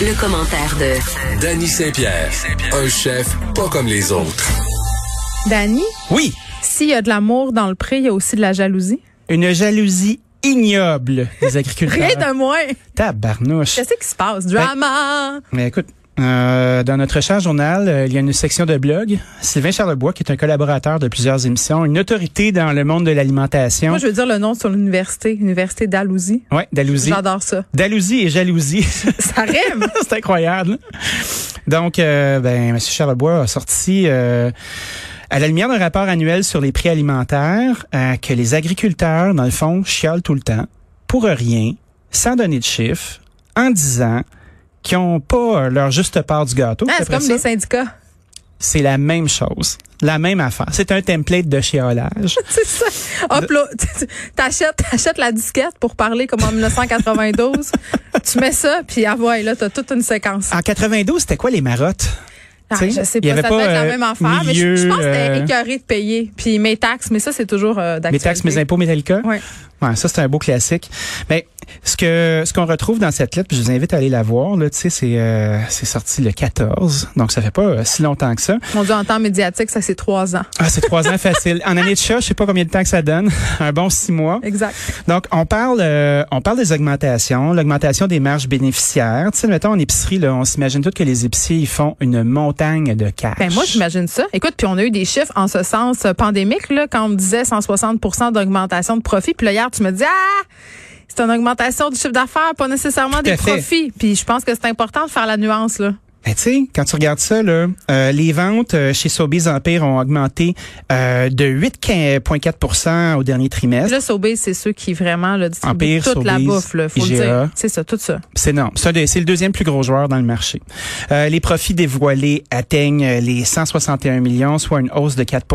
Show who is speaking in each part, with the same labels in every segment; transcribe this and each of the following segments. Speaker 1: le commentaire de
Speaker 2: Danny Saint-Pierre, un chef pas comme les autres.
Speaker 3: Dani,
Speaker 4: Oui,
Speaker 3: s'il y a de l'amour dans le pré, il y a aussi de la jalousie.
Speaker 4: une jalousie ignoble des
Speaker 3: Rien de
Speaker 4: agriculteurs.
Speaker 3: moins.
Speaker 4: Tabarnouche.
Speaker 3: Qu'est-ce qui se passe?
Speaker 4: Ben,
Speaker 3: Drama.
Speaker 4: Mais écoute, euh, dans notre cher journal, euh, il y a une section de blog. Sylvain Charlebois, qui est un collaborateur de plusieurs émissions, une autorité dans le monde de l'alimentation.
Speaker 3: Moi, je veux dire le nom sur l'université, Université d'Alousie.
Speaker 4: Ouais, Dalousie.
Speaker 3: J'adore ça.
Speaker 4: Dalousie et jalousie.
Speaker 3: Ça rêve.
Speaker 4: C'est incroyable. Donc, euh, ben, M. Charlebois a sorti, euh, à la lumière d'un rapport annuel sur les prix alimentaires, euh, que les agriculteurs, dans le fond, chialent tout le temps, pour rien, sans donner de chiffres, en disant qu'ils n'ont pas euh, leur juste part du gâteau.
Speaker 3: Ah, c'est
Speaker 4: Après
Speaker 3: comme
Speaker 4: ça,
Speaker 3: les syndicats.
Speaker 4: C'est la même chose. La même affaire. C'est un template de chiolage.
Speaker 3: C'est ça. Hop là, tu- tu- t'achètes, t'achètes la disquette pour parler comme en 1992. tu mets ça, puis ah ouais, là, t'as toute une séquence.
Speaker 4: En 92, c'était quoi les marottes?
Speaker 3: Ah,
Speaker 4: T'sais,
Speaker 3: je sais
Speaker 4: il y
Speaker 3: pas,
Speaker 4: avait
Speaker 3: ça doit être
Speaker 4: pas,
Speaker 3: la
Speaker 4: euh,
Speaker 3: même affaire. mais je, je pense que
Speaker 4: milieu,
Speaker 3: c'était
Speaker 4: euh,
Speaker 3: écœuré de payer. Puis mes taxes, mais ça, c'est toujours euh,
Speaker 4: Mes
Speaker 3: d'actualité.
Speaker 4: taxes, mes impôts, mes alcools?
Speaker 3: Ouais.
Speaker 4: Ouais, ça c'est un beau classique. Mais ce que ce qu'on retrouve dans cette lettre, puis je vous invite à aller la voir là, tu sais c'est euh, c'est sorti le 14, donc ça fait pas euh, si longtemps que ça.
Speaker 3: Mon Dieu, en temps médiatique, ça, c'est trois ans.
Speaker 4: Ah, c'est trois ans facile. En année de chat, je sais pas combien de temps que ça donne, un bon six mois.
Speaker 3: Exact.
Speaker 4: Donc on parle euh, on parle des augmentations, l'augmentation des marges bénéficiaires. Tu sais mettons en épicerie là, on s'imagine tout que les épiciers ils font une montagne de cash.
Speaker 3: Ben moi, j'imagine ça. Écoute, puis on a eu des chiffres en ce sens euh, pandémique, là, quand on me disait 160 d'augmentation de profit. Puis là, hier, tu me dis, ah, c'est une augmentation du chiffre d'affaires, pas nécessairement
Speaker 4: Tout à
Speaker 3: des
Speaker 4: fait.
Speaker 3: profits. Puis je pense que c'est important de faire la nuance, là.
Speaker 4: Ben, tu sais, quand tu regardes ça, là, euh, les ventes euh, chez Sobeys Empire ont augmenté euh, de 8,4 au dernier
Speaker 3: Puis
Speaker 4: trimestre.
Speaker 3: là, Sobeys, c'est ceux qui vraiment le distribuent
Speaker 4: Empire,
Speaker 3: toute la
Speaker 4: Sobeys,
Speaker 3: bouffe, là, faut le
Speaker 4: IGA.
Speaker 3: dire. C'est ça, tout ça.
Speaker 4: C'est énorme. Ça, de- C'est le deuxième plus gros joueur dans le marché. Euh, les profits dévoilés atteignent euh, les 161 millions, soit une hausse de 4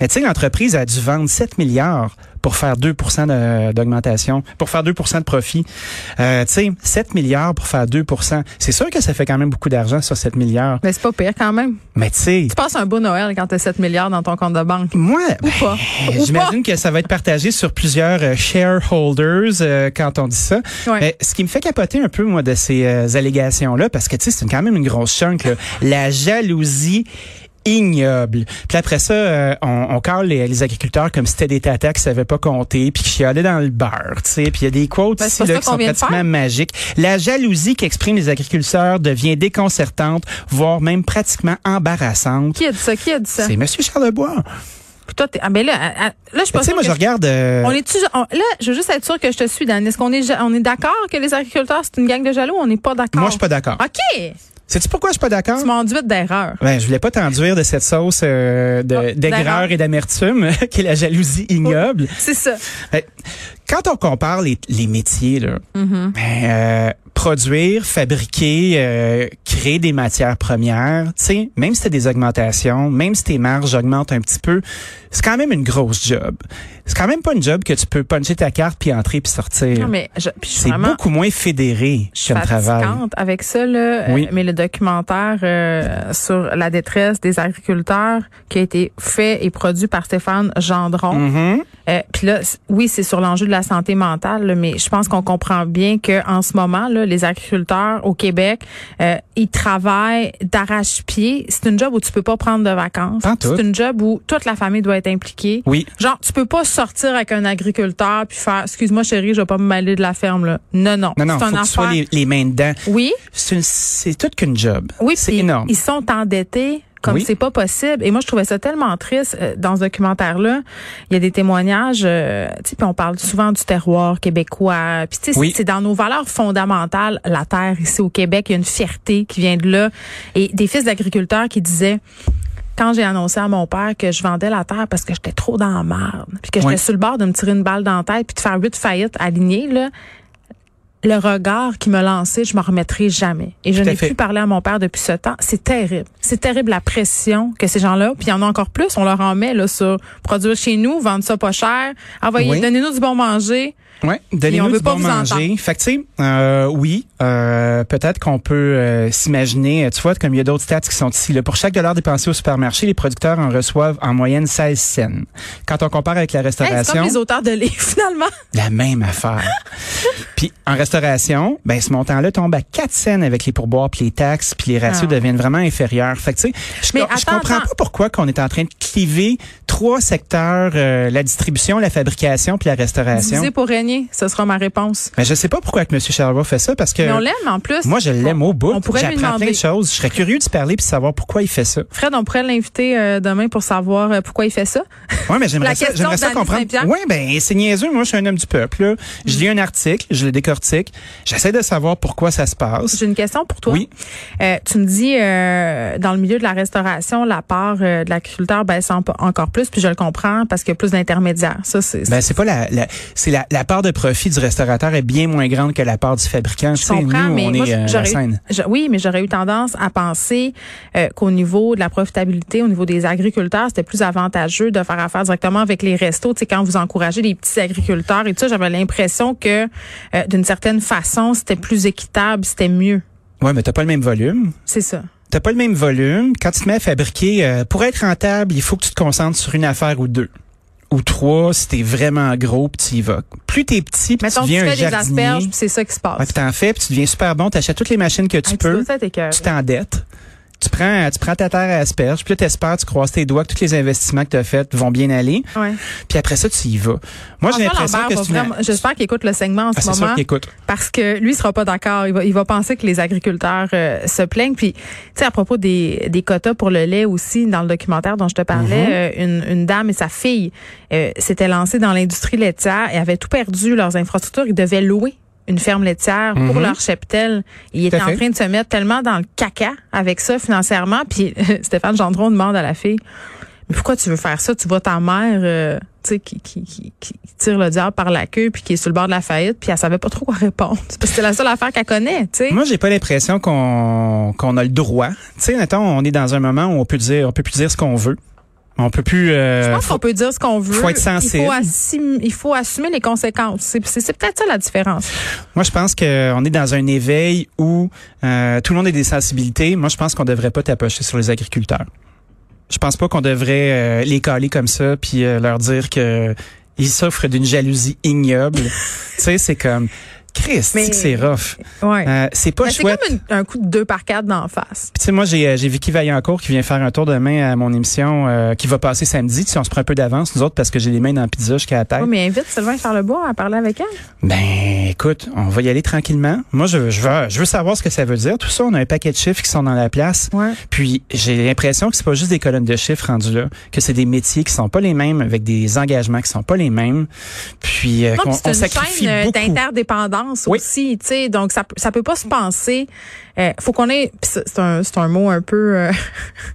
Speaker 4: Mais tu sais, l'entreprise a dû vendre 7 milliards pour faire 2 de- d'augmentation, pour faire 2 de profit. Euh, tu sais, 7 milliards pour faire 2 C'est sûr que ça fait quand même beaucoup d'argent, ça, 7 milliards.
Speaker 3: Mais c'est pas pire quand même.
Speaker 4: Mais tu sais,
Speaker 3: Tu passes un beau Noël quand t'as 7 milliards dans ton compte de banque.
Speaker 4: moi,
Speaker 3: Ou pas.
Speaker 4: Euh,
Speaker 3: Ou pas.
Speaker 4: J'imagine que ça va être partagé sur plusieurs euh, shareholders euh, quand on dit ça.
Speaker 3: Ouais.
Speaker 4: Mais ce qui me fait capoter un peu, moi, de ces euh, allégations-là, parce que, tu sais, c'est quand même une grosse chunk, là. la jalousie ignoble. Puis après ça, euh, on, on cale les, les agriculteurs comme si c'était des tatas qui savaient pas compter, puis qui chialaient dans le beurre, tu sais. Puis il y a des quotes
Speaker 3: Ben, c'est
Speaker 4: ici
Speaker 3: pas
Speaker 4: là,
Speaker 3: ça
Speaker 4: qui
Speaker 3: qu'on
Speaker 4: sont
Speaker 3: vient de faire.
Speaker 4: pratiquement magiques. La jalousie qu'expriment les agriculteurs devient déconcertante, voire même pratiquement embarrassante.
Speaker 3: Qui a dit ça? Qui a dit ça?
Speaker 4: C'est Monsieur Charlebois.
Speaker 3: Puis Toi, t'es, ah, ben là, à- à- là, je suis
Speaker 4: Tu
Speaker 3: pas
Speaker 4: sais,
Speaker 3: sûre
Speaker 4: moi,
Speaker 3: que
Speaker 4: je
Speaker 3: je-
Speaker 4: regarde... euh,
Speaker 3: On est là, je veux juste être sûr que je te suis, Dan. Est-ce qu'on est, ja- on est d'accord que les agriculteurs, c'est une gang de jaloux? On n'est pas d'accord.
Speaker 4: Moi, je suis pas d'accord.
Speaker 3: OK!
Speaker 4: Sais-tu pourquoi je suis pas d'accord?
Speaker 3: Tu m'enduites d'erreur.
Speaker 4: Ben, je voulais pas t'enduire de cette sauce euh, de-
Speaker 3: Ah,
Speaker 4: d'aigreur
Speaker 3: d'accord.
Speaker 4: et d'amertume qui est la jalousie ignoble.
Speaker 3: C'est ça.
Speaker 4: Ben, Quand on compare les, les métiers, là,
Speaker 3: Mm-hmm.
Speaker 4: ben, euh, produire, fabriquer, euh, créer des matières premières, tu sais, même si t'as des augmentations, même si tes marges augmentent un petit peu, c'est quand même une grosse job. C'est quand même pas une job que tu peux puncher ta carte puis entrer puis sortir.
Speaker 3: Non, mais je, puis je suis
Speaker 4: c'est
Speaker 3: vraiment.
Speaker 4: beaucoup moins fédéré
Speaker 3: Je suis
Speaker 4: comme travail.
Speaker 3: fatigante avec ça, là.
Speaker 4: Oui.
Speaker 3: Euh, mais le documentaire euh, sur la détresse des agriculteurs qui a été fait et produit par Stéphane Gendron.
Speaker 4: Mhm.
Speaker 3: Euh, Puis là, c- oui, c'est sur l'enjeu de la santé mentale, là, mais je pense qu'on comprend bien que en ce moment, là, les agriculteurs au Québec, euh, ils travaillent d'arrache-pied. C'est une job où tu peux pas prendre de vacances.
Speaker 4: Pas en tout.
Speaker 3: C'est une job où toute la famille doit être impliquée.
Speaker 4: Oui.
Speaker 3: Genre, tu peux pas sortir avec un agriculteur puis faire, excuse-moi chérie, je vais pas me mêler de la ferme là. Non, non.
Speaker 4: Non, non,
Speaker 3: c'est
Speaker 4: faut
Speaker 3: un
Speaker 4: que tu sois
Speaker 3: affaire.
Speaker 4: les, les mains dedans.
Speaker 3: Oui.
Speaker 4: C'est une- c'est tout qu'une job.
Speaker 3: Oui,
Speaker 4: c'est
Speaker 3: puis
Speaker 4: énorme.
Speaker 3: Ils sont endettés comme
Speaker 4: Oui.
Speaker 3: c'est pas possible. Et moi, je trouvais ça tellement triste euh, dans ce documentaire-là. Il y a des témoignages, euh, tu sais, puis on parle souvent du terroir québécois. Puis tu sais,
Speaker 4: Oui.
Speaker 3: c'est- c'est dans nos valeurs fondamentales, la terre ici au Québec. Il y a une fierté qui vient de là. Et des fils d'agriculteurs qui disaient... Quand j'ai annoncé à mon père que je vendais la terre parce que j'étais trop dans la merde, puis que j'étais
Speaker 4: Oui.
Speaker 3: sur le bord de me tirer une balle dans la tête, puis de faire huit faillites alignées, là, le regard qui me lançait, je m'en remettrai jamais. Et je
Speaker 4: Tout à
Speaker 3: n'ai
Speaker 4: fait.
Speaker 3: plus parlé à mon père depuis ce temps. C'est terrible. C'est terrible la pression que ces gens-là, puis il y en a encore plus, on leur en met là, sur produire chez nous, vendre ça pas cher, envoyer,
Speaker 4: Oui.
Speaker 3: donnez-nous du bon manger.
Speaker 4: Oui,
Speaker 3: Et on
Speaker 4: donnez-nous
Speaker 3: veut
Speaker 4: du
Speaker 3: pas
Speaker 4: bon
Speaker 3: vous
Speaker 4: manger.
Speaker 3: entendre.
Speaker 4: Fait que, tu sais, euh, oui, euh, peut-être qu'on peut, euh, s'imaginer, euh, tu vois, comme il y a d'autres stats qui sont ici. là, pour chaque dollar dépensé au supermarché, les producteurs en reçoivent en moyenne 16 cents. Quand on compare avec la
Speaker 3: Hey, c'est comme
Speaker 4: restauration,
Speaker 3: les auteurs de livres, finalement.
Speaker 4: la même affaire. puis en restauration, ben ce montant-là tombe à 4 cents avec les pourboires, puis les taxes, puis les ratios
Speaker 3: Ah.
Speaker 4: deviennent vraiment inférieurs. Fait que, tu sais, je,
Speaker 3: Mais
Speaker 4: co- je
Speaker 3: attends,
Speaker 4: comprends
Speaker 3: attends.
Speaker 4: pas pourquoi qu'on est en train de cliver trois secteurs, euh, la distribution, la fabrication, puis la restauration.
Speaker 3: Divisé pour régner, ce sera ma réponse.
Speaker 4: Mais je sais pas pourquoi que M. Charlebois fait ça parce que
Speaker 3: Mais on l'aime en plus.
Speaker 4: Euh, moi je l'aime au bout.
Speaker 3: On pourrait lui
Speaker 4: J'apprends
Speaker 3: demander.
Speaker 4: plein de choses. Je serais curieux de savoir parler puis de savoir pourquoi il fait ça.
Speaker 3: Fred, on pourrait l'inviter euh, demain pour savoir euh, pourquoi il fait ça.
Speaker 4: Ouais, mais j'aimerais
Speaker 3: La
Speaker 4: ça,
Speaker 3: question
Speaker 4: j'aimerais ça
Speaker 3: d'Annie
Speaker 4: comprendre.
Speaker 3: Saint-Pierre. Mm.
Speaker 4: Ouais, ben c'est niaiseux. Moi je suis un homme du peuple. là. Je lis un article, je le décortique, j'essaie de savoir pourquoi ça se passe.
Speaker 3: J'ai une question pour toi.
Speaker 4: Oui.
Speaker 3: Euh, tu me dis, euh, dans le milieu de la restauration, la part euh, de l'agriculteur baisse en- encore plus, puis je le comprends parce qu'il y a plus d'intermédiaires. Ça, c'est.
Speaker 4: Ben c'est pas la, la- c'est la, la part de profit du restaurateur est bien moins grande que la part du fabricant.
Speaker 3: je comprends,
Speaker 4: nous,
Speaker 3: mais
Speaker 4: on
Speaker 3: moi,
Speaker 4: est euh, la
Speaker 3: j'aurais eu,
Speaker 4: scène.
Speaker 3: je- oui, mais j'aurais eu tendance à penser euh, qu'au niveau de la profitabilité, au niveau des agriculteurs, c'était plus avantageux de faire affaire directement avec les restos. Tu sais, quand vous encouragez les petits agriculteurs et tout ça, j'avais l'impression que, euh, d'une certaine façon, c'était plus équitable, c'était mieux.
Speaker 4: Ouais, mais t'as pas le même volume.
Speaker 3: C'est ça.
Speaker 4: T'as pas le même volume. Quand tu te mets à fabriquer, euh, pour être rentable, il faut que tu te concentres sur une affaire ou deux. Ou trois, si t'es vraiment gros, puis tu y vas. Plus t'es petit, puis tu
Speaker 3: Mettons que tu
Speaker 4: deviens
Speaker 3: fais
Speaker 4: un
Speaker 3: des asperges,
Speaker 4: jardinier.
Speaker 3: puis c'est ça qui se passe.
Speaker 4: Ouais, puis t'en fais, puis tu deviens super bon, t'achètes toutes les machines que tu
Speaker 3: Hey,
Speaker 4: peux,
Speaker 3: dois être écoeuré.
Speaker 4: tu t'endettes. Tu prends, tu prends ta terre à asperges, puis là, t'espères, tu croises tes doigts que tous les investissements que t'as faits vont bien aller.
Speaker 3: Ouais.
Speaker 4: Puis après ça, tu y vas. Moi, j'ai
Speaker 3: François
Speaker 4: l'impression
Speaker 3: Lambert
Speaker 4: que
Speaker 3: va
Speaker 4: c'est une...
Speaker 3: vraiment- J'espère qu'il écoute le segment en
Speaker 4: Ah,
Speaker 3: ce
Speaker 4: c'est sûr
Speaker 3: moment.
Speaker 4: qu'il écoute.
Speaker 3: Parce que lui, il sera pas d'accord. Il va, il va penser que les agriculteurs euh, se plaignent. Puis, tu sais, à propos des, des quotas pour le lait aussi, dans le documentaire dont je te parlais,
Speaker 4: Mhm.
Speaker 3: euh, une, une dame et sa fille euh, s'étaient lancées dans l'industrie laitière et avaient tout perdu, leurs infrastructures. Ils devaient louer une ferme laitière pour leur cheptel. Ils
Speaker 4: Mhm. Tout à
Speaker 3: étaient en
Speaker 4: fait.
Speaker 3: train de se mettre tellement dans le caca avec ça financièrement. Puis, Stéphane Gendron demande à la fille, mais pourquoi tu veux faire ça? Tu vois ta mère, euh, tu sais, qui, qui, qui, qui tire le diable par la queue puis qui est sur le bord de la faillite puis elle savait pas trop quoi répondre. Parce que c'est la seule affaire qu'elle connaît, tu sais.
Speaker 4: Moi, j'ai pas l'impression qu'on qu'on a le droit. Tu sais, mettons, on est dans un moment où on peut dire, on peut plus dire ce qu'on veut. On peut plus. euh,
Speaker 3: Je pense qu'on peut dire ce qu'on veut.
Speaker 4: faut être sensible.
Speaker 3: Il faut, assumer, il faut assumer les conséquences. C'est, c'est, c'est peut-être ça la différence.
Speaker 4: Moi, je pense qu'on est dans un éveil où euh, tout le monde a des sensibilités. Moi, je pense qu'on devrait pas tapocher sur les agriculteurs. Je pense pas qu'on devrait euh, les caler comme ça puis euh, leur dire que ils souffrent d'une jalousie ignoble. tu sais, c'est comme Christ,
Speaker 3: Mais-
Speaker 4: c'est rough.
Speaker 3: Ouais.
Speaker 4: Euh, c'est pas
Speaker 3: Mais c'est
Speaker 4: chouette.
Speaker 3: comme une- un coup de deux par quatre d'en face.
Speaker 4: Puis, tu sais, moi, j'ai, euh, j'ai Vicky Vaillancourt qui vient faire un tour demain à mon émission euh, qui va passer samedi. Si on se prend un peu d'avance, nous autres, parce que j'ai les mains dans la pizza jusqu'à la tête.
Speaker 3: Oui, mais invite Sylvain Charlebois à parler avec elle.
Speaker 4: Ben, écoute, on va y aller tranquillement. Moi, je, je, veux, je veux savoir ce que ça veut dire. Tout ça, on a un paquet de chiffres qui sont dans la place.
Speaker 3: Ouais.
Speaker 4: Puis, j'ai l'impression que c'est pas juste des colonnes de chiffres rendues là, que c'est des métiers qui sont pas les mêmes, avec des engagements qui sont pas les mêmes. Puis, euh,
Speaker 3: Non,
Speaker 4: qu'on
Speaker 3: puis
Speaker 4: on
Speaker 3: c'est une
Speaker 4: sacrifie
Speaker 3: chaîne euh,
Speaker 4: beaucoup.
Speaker 3: d'interdépendance
Speaker 4: Oui.
Speaker 3: aussi, tu sais. Donc ça peut- ça peut pas se penser. Euh, faut qu'on ait, puis c'est c'est un c'est un mot un peu euh,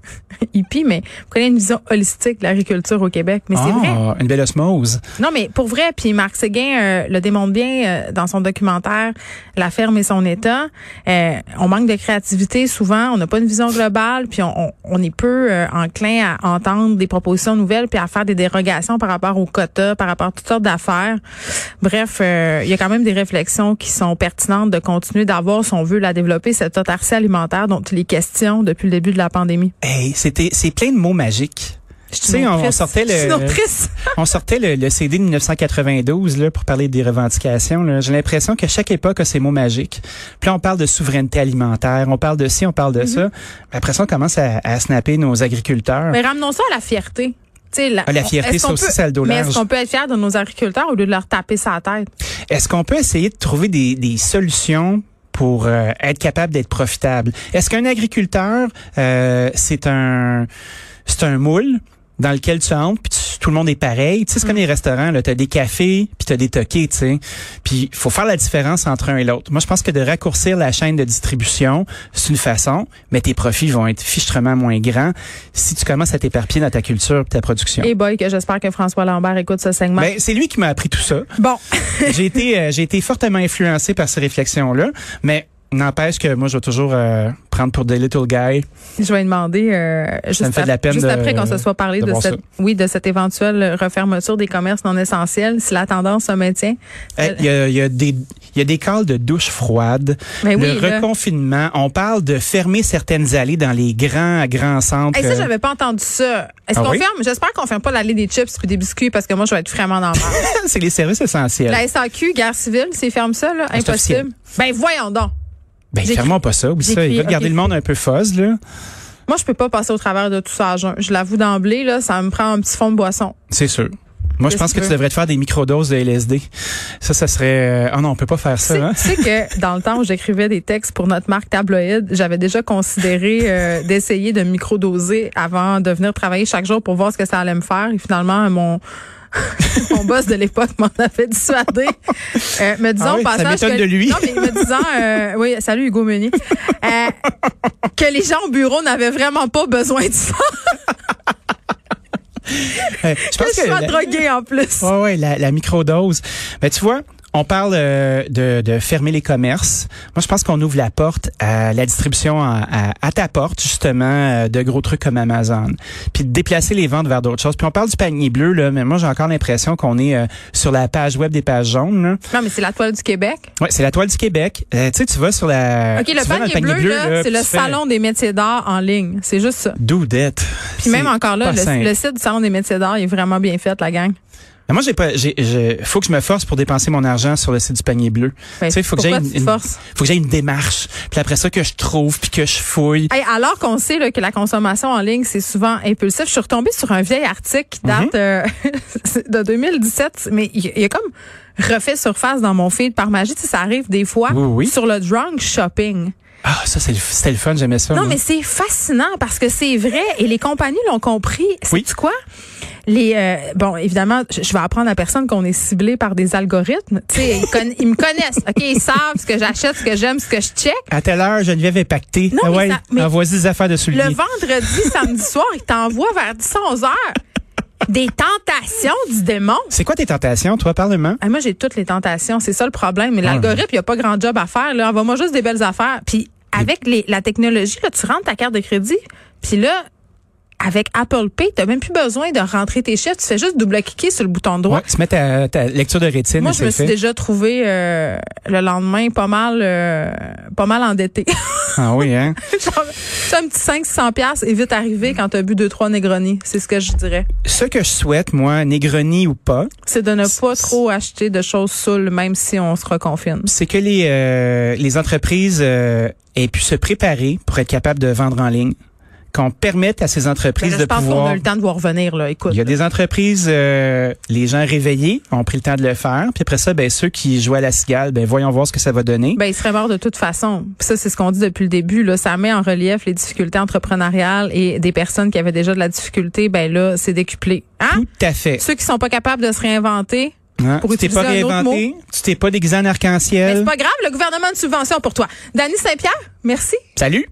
Speaker 3: hippie, mais faut qu'on ait une vision holistique de l'agriculture au Québec. Mais c'est vrai.
Speaker 4: Ah, une belle osmose.
Speaker 3: Non, mais pour vrai. Puis Marc Séguin euh, le démontre bien euh, dans son documentaire La ferme et son état. Euh, on manque de créativité souvent. On n'a pas une vision globale. Puis on, on, on est peu euh, enclin à entendre des propositions nouvelles puis à faire des dérogations par rapport aux quotas, par rapport à toutes sortes d'affaires. Bref, euh, il y a quand même des réflexions qui sont pertinentes de continuer d'avoir, si on veut, la développer, cette autarcie alimentaire dont il est question depuis le début de la pandémie.
Speaker 4: Hey, c'était, c'est plein de mots magiques.
Speaker 3: Je
Speaker 4: Tu sais, on- on sortait le-
Speaker 3: Je suis une autrice.
Speaker 4: On sortait le, le CD de 1992 là, pour parler des revendications. là. J'ai l'impression que chaque époque a ses mots magiques. Puis là, on parle de souveraineté alimentaire, on parle de ci, on parle de ça. Mais après ça, on commence à, à snapper nos agriculteurs.
Speaker 3: Mais ramenons ça à la fierté. Tu sais,
Speaker 4: Ah, la fierté,
Speaker 3: est-ce
Speaker 4: ça
Speaker 3: qu'on
Speaker 4: aussi,
Speaker 3: peut-
Speaker 4: ça a le dos
Speaker 3: Mais
Speaker 4: large.
Speaker 3: est-ce qu'on peut être fier de nos agriculteurs au lieu de leur taper sa tête?
Speaker 4: Est-ce qu'on peut essayer de trouver des, des solutions pour euh, être capable d'être profitable? Est-ce qu'un agriculteur, euh, c'est un c'est un moule dans lequel tu entres puis tu- tout le monde est pareil. Tu sais, c'est comme les restaurants, là, t'as des cafés puis t'as des toqués, tu sais. Puis faut faire la différence entre un et l'autre. Moi, je pense que de raccourcir la chaîne de distribution, c'est une façon, mais tes profits vont être fichtrement moins grands si tu commences à t'éparpiller dans ta culture et ta production.
Speaker 3: Et boy, que j'espère que François Lambert écoute ce segment.
Speaker 4: Ben, c'est lui qui m'a appris tout ça
Speaker 3: bon,
Speaker 4: j'ai été euh, j'ai été fortement influencé par ces réflexions là mais N'empêche que moi, je vais toujours euh, prendre pour des little guys.
Speaker 3: Je vais demander euh, juste,
Speaker 4: me fait de la
Speaker 3: ap-
Speaker 4: peine
Speaker 3: juste
Speaker 4: de-
Speaker 3: après qu'on se soit parlé
Speaker 4: de
Speaker 3: de,
Speaker 4: voir
Speaker 3: cette oui de cette éventuelle refermeture des commerces non essentiels si la tendance se maintient. Euh,
Speaker 4: Hey, Eh, Il y, a, il y a des il y a des calls de douche froide,
Speaker 3: Mais
Speaker 4: le
Speaker 3: Ben Eh oui, là.
Speaker 4: reconfinement. On parle de fermer certaines allées dans les grands grands centres.
Speaker 3: Hey, Eh, ça,
Speaker 4: euh,
Speaker 3: j'avais pas entendu ça. Est-ce
Speaker 4: Ah
Speaker 3: qu'on
Speaker 4: oui?
Speaker 3: ferme? J'espère qu'on ferme pas l'allée des chips puis des biscuits parce que moi, je vais être vraiment dans le mal.
Speaker 4: c'est les services essentiels.
Speaker 3: La SAQ, guerre civile, c'est ferme ça, là?
Speaker 4: Ah, c'est officiel.
Speaker 3: Impossible. Ben, voyons donc.
Speaker 4: Ben,
Speaker 3: J'ai-
Speaker 4: fermons pas ça. Oublie
Speaker 3: j'ai
Speaker 4: ça. Il
Speaker 3: crié,
Speaker 4: va garder
Speaker 3: ok.
Speaker 4: le monde un peu fuzz, là.
Speaker 3: Moi, je peux pas passer au travers de tout ça à jeun. Je l'avoue d'emblée, là, ça me prend un petit fond de boisson.
Speaker 4: C'est sûr. Moi, je
Speaker 3: Qu'est-ce
Speaker 4: pense
Speaker 3: que
Speaker 4: que
Speaker 3: tu
Speaker 4: tu
Speaker 3: veux?
Speaker 4: devrais te faire des microdoses de LSD. Ça, ça serait. euh, Ah non, on peut pas faire
Speaker 3: Tu sais,
Speaker 4: ça. hein?
Speaker 3: tu sais que dans le temps où j'écrivais des textes pour notre marque tabloïd, j'avais déjà considéré euh, d'essayer de microdoser avant de venir travailler chaque jour pour voir ce que ça allait me faire. Et finalement, mon mon boss de l'époque m'en avait dissuadé. Euh, me disant
Speaker 4: Ah oui,
Speaker 3: au
Speaker 4: ça
Speaker 3: passage
Speaker 4: m'étonne
Speaker 3: que,
Speaker 4: de lui.
Speaker 3: Non, mais me disant euh, oui, salut Hugo Meunier. Euh, que les gens au bureau n'avaient vraiment pas besoin de ça.
Speaker 4: Euh, Je
Speaker 3: Que je sois
Speaker 4: la-
Speaker 3: droguée en plus.
Speaker 4: Ouais, ouais, la, la microdose. Mais tu vois, on parle euh, de, de fermer les commerces. Moi, je pense qu'on ouvre la porte à la distribution à, à- à ta porte, justement, euh, de gros trucs comme Amazon. Puis de déplacer les ventes vers d'autres choses. Puis on parle du panier bleu, là, mais moi, j'ai encore l'impression qu'on est euh, sur la page web des pages jaunes. là.
Speaker 3: Non, mais c'est la toile du Québec.
Speaker 4: Ouais, c'est la toile du Québec. Euh, tu sais, tu vas sur la...
Speaker 3: OK,
Speaker 4: Euh, tu
Speaker 3: le
Speaker 4: vas dans
Speaker 3: panier, bleu, là,
Speaker 4: là,
Speaker 3: c'est
Speaker 4: puis
Speaker 3: le
Speaker 4: tu fais-
Speaker 3: salon des métiers d'art en ligne. C'est juste ça.
Speaker 4: Doudette.
Speaker 3: Puis même encore là,
Speaker 4: pas simple.
Speaker 3: le, le site du Salon des métiers d'art il est vraiment bien fait, la gang.
Speaker 4: Mais Moi, j'ai pas, j'ai, je- faut que je me force pour dépenser mon argent sur le site du panier bleu.
Speaker 3: Ben,
Speaker 4: Tu sais, faut que
Speaker 3: pourquoi
Speaker 4: j'aille
Speaker 3: tu te forces?
Speaker 4: faut que j'aille une démarche. Puis après ça, que je trouve, puis que je fouille.
Speaker 3: Hey, alors qu'on sait là, que la consommation en ligne, c'est souvent impulsif, je suis retombée sur un vieil article qui date
Speaker 4: Mhm.
Speaker 3: euh, de 2017, mais il il y, a comme refait surface dans mon feed par magie. Tu sais, ça arrive des fois
Speaker 4: Oui, oui.
Speaker 3: sur le drunk shopping.
Speaker 4: Ah, ça, c'est le, c'était le fun, j'aimais ça.
Speaker 3: Non,
Speaker 4: moi.
Speaker 3: mais c'est fascinant parce que c'est vrai et les compagnies l'ont compris.
Speaker 4: Oui.
Speaker 3: C'est quoi? Les euh, bon évidemment je je vais apprendre à personne qu'on est ciblé par des algorithmes tu sais ils, conna- ils me connaissent ok ils savent ce que j'achète ce que j'aime ce que je check
Speaker 4: À telle heure, Geneviève est pactée.
Speaker 3: Non,
Speaker 4: ah
Speaker 3: mais
Speaker 4: ouais,
Speaker 3: ça- mais-
Speaker 4: envoie-y des affaires de souliers.
Speaker 3: le vendredi samedi soir ils t'envoient vers 10 11 heures des tentations du démon
Speaker 4: C'est quoi tes tentations, toi, parlement?
Speaker 3: Ah, moi, j'ai toutes les tentations. C'est ça le problème. Mais
Speaker 4: Ah.
Speaker 3: l'algorithme, il n'y a pas grand job à faire. Là. Envoie-moi juste des belles affaires. Puis avec les, la technologie, là, tu rentres ta carte de crédit. Puis là, avec Apple Pay, tu n'as même plus besoin de rentrer tes chiffres. Tu fais juste double-cliquer sur le bouton droit.
Speaker 4: Ouais, tu mets ta, ta lecture de rétine.
Speaker 3: Moi,
Speaker 4: et
Speaker 3: je
Speaker 4: c'est
Speaker 3: me suis
Speaker 4: fait.
Speaker 3: déjà trouvée euh, le lendemain pas mal euh, pas mal endettée.
Speaker 4: Ah oui, hein?
Speaker 3: Genre, tu as un petit 500 pièces est vite arrivé quand tu as bu deux trois Negroni, c'est ce que je dirais.
Speaker 4: ce que je souhaite, moi, Négroni ou pas,
Speaker 3: C'est de ne pas trop acheter de choses saoules même si on se reconfine.
Speaker 4: c'est que les, euh, les entreprises euh, aient pu se préparer pour être capables de vendre en ligne. Qu'on permette à ces
Speaker 3: Mais
Speaker 4: entreprises
Speaker 3: Ben là,
Speaker 4: de
Speaker 3: je pense qu'on
Speaker 4: pouvoir...
Speaker 3: a le temps de voir revenir là, écoute.
Speaker 4: Il y a des entreprises, euh, les gens réveillés ont pris le temps de le faire. Puis après ça, ben, ceux qui jouent à la cigale, ben, voyons voir ce que ça va donner.
Speaker 3: Ben, il serait mort de toute façon. Puis ça, c'est ce qu'on dit depuis le début. Là. Ça met en relief les difficultés entrepreneuriales et des personnes qui avaient déjà de la difficulté, ben là, c'est décuplé. Hein?
Speaker 4: Tout à fait.
Speaker 3: Ceux qui sont pas capables de se réinventer.
Speaker 4: Hein?
Speaker 3: pour
Speaker 4: Tu t'es pas
Speaker 3: utiliser un autre
Speaker 4: réinventé, tu t'es pas déguisé en
Speaker 3: Mais c'est
Speaker 4: arc-en-ciel.
Speaker 3: pas grave, le gouvernement a une subvention pour toi. Dany Saint-Pierre, merci.
Speaker 4: Salut!